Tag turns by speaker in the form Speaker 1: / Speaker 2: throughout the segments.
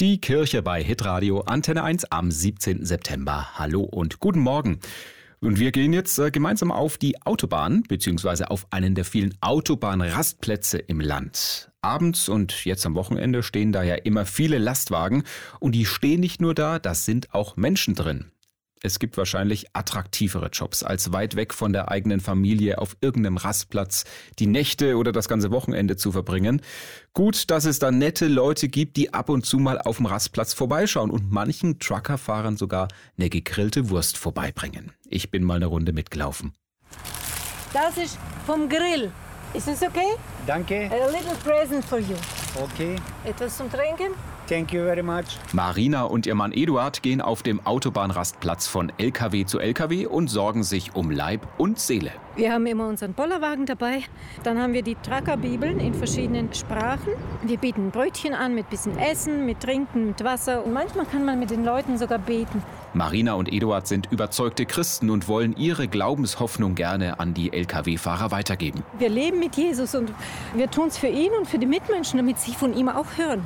Speaker 1: Die Kirche bei Hitradio Antenne 1 am 17. September. Hallo und guten Morgen. Und wir gehen jetzt äh, gemeinsam auf die Autobahn, beziehungsweise auf einen der vielen Autobahnrastplätze im Land. Abends und jetzt am Wochenende stehen da ja immer viele Lastwagen und die stehen nicht nur da, das sind auch Menschen drin. Es gibt wahrscheinlich attraktivere Jobs, als weit weg von der eigenen Familie auf irgendeinem Rastplatz die Nächte oder das ganze Wochenende zu verbringen. Gut, dass es da nette Leute gibt, die ab und zu mal auf dem Rastplatz vorbeischauen und manchen Truckerfahrern sogar eine gegrillte Wurst vorbeibringen. Ich bin mal eine Runde mitgelaufen.
Speaker 2: Das ist vom Grill. Ist es okay?
Speaker 3: Danke.
Speaker 2: A little present for you.
Speaker 3: Okay.
Speaker 2: Etwas zum Trinken?
Speaker 3: Thank you very much.
Speaker 1: Marina und ihr Mann Eduard gehen auf dem Autobahnrastplatz von LKW zu LKW und sorgen sich um Leib und Seele.
Speaker 2: Wir haben immer unseren Bollerwagen dabei. Dann haben wir die Truckerbibeln in verschiedenen Sprachen. Wir bieten Brötchen an mit bisschen Essen, mit Trinken, mit Wasser. Und manchmal kann man mit den Leuten sogar beten.
Speaker 1: Marina und Eduard sind überzeugte Christen und wollen ihre Glaubenshoffnung gerne an die Lkw-Fahrer weitergeben.
Speaker 2: Wir leben mit Jesus und wir tun es für ihn und für die Mitmenschen, damit sie von ihm auch hören.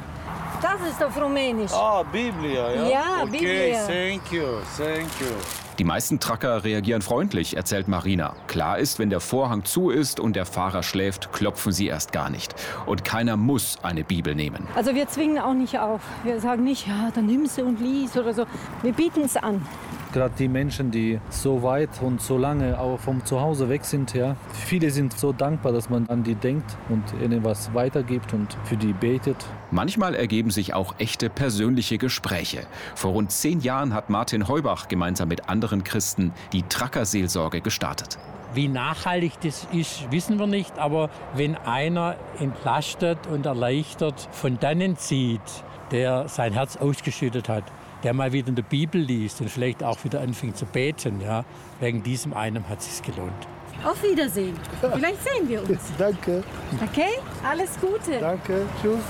Speaker 2: Das ist auf Rumänisch.
Speaker 4: Ah, Biblia, ja?
Speaker 2: Ja,
Speaker 4: okay,
Speaker 2: Biblia.
Speaker 4: thank you, thank you.
Speaker 1: Die meisten Trucker reagieren freundlich, erzählt Marina. Klar ist, wenn der Vorhang zu ist und der Fahrer schläft, klopfen sie erst gar nicht. Und keiner muss eine Bibel nehmen.
Speaker 2: Also wir zwingen auch nicht auf. Wir sagen nicht, ja, dann nimm sie und lies oder so. Wir bieten es an.
Speaker 5: Gerade die Menschen, die so weit und so lange auch vom Zuhause weg sind, ja, viele sind so dankbar, dass man an die denkt und ihnen was weitergibt und für die betet.
Speaker 1: Manchmal ergeben sich auch echte persönliche Gespräche. Vor rund zehn Jahren hat Martin Heubach gemeinsam mit anderen Christen die Truckerseelsorge gestartet.
Speaker 6: Wie nachhaltig das ist, wissen wir nicht, aber wenn einer entlastet und erleichtert von dannen zieht, der sein Herz ausgeschüttet hat, der mal wieder in der Bibel liest und vielleicht auch wieder anfängt zu beten, ja, wegen diesem einem hat es sich gelohnt.
Speaker 2: Auf Wiedersehen. Vielleicht sehen wir uns.
Speaker 7: Danke,
Speaker 2: Okay? Alles Gute.
Speaker 7: danke, tschüss.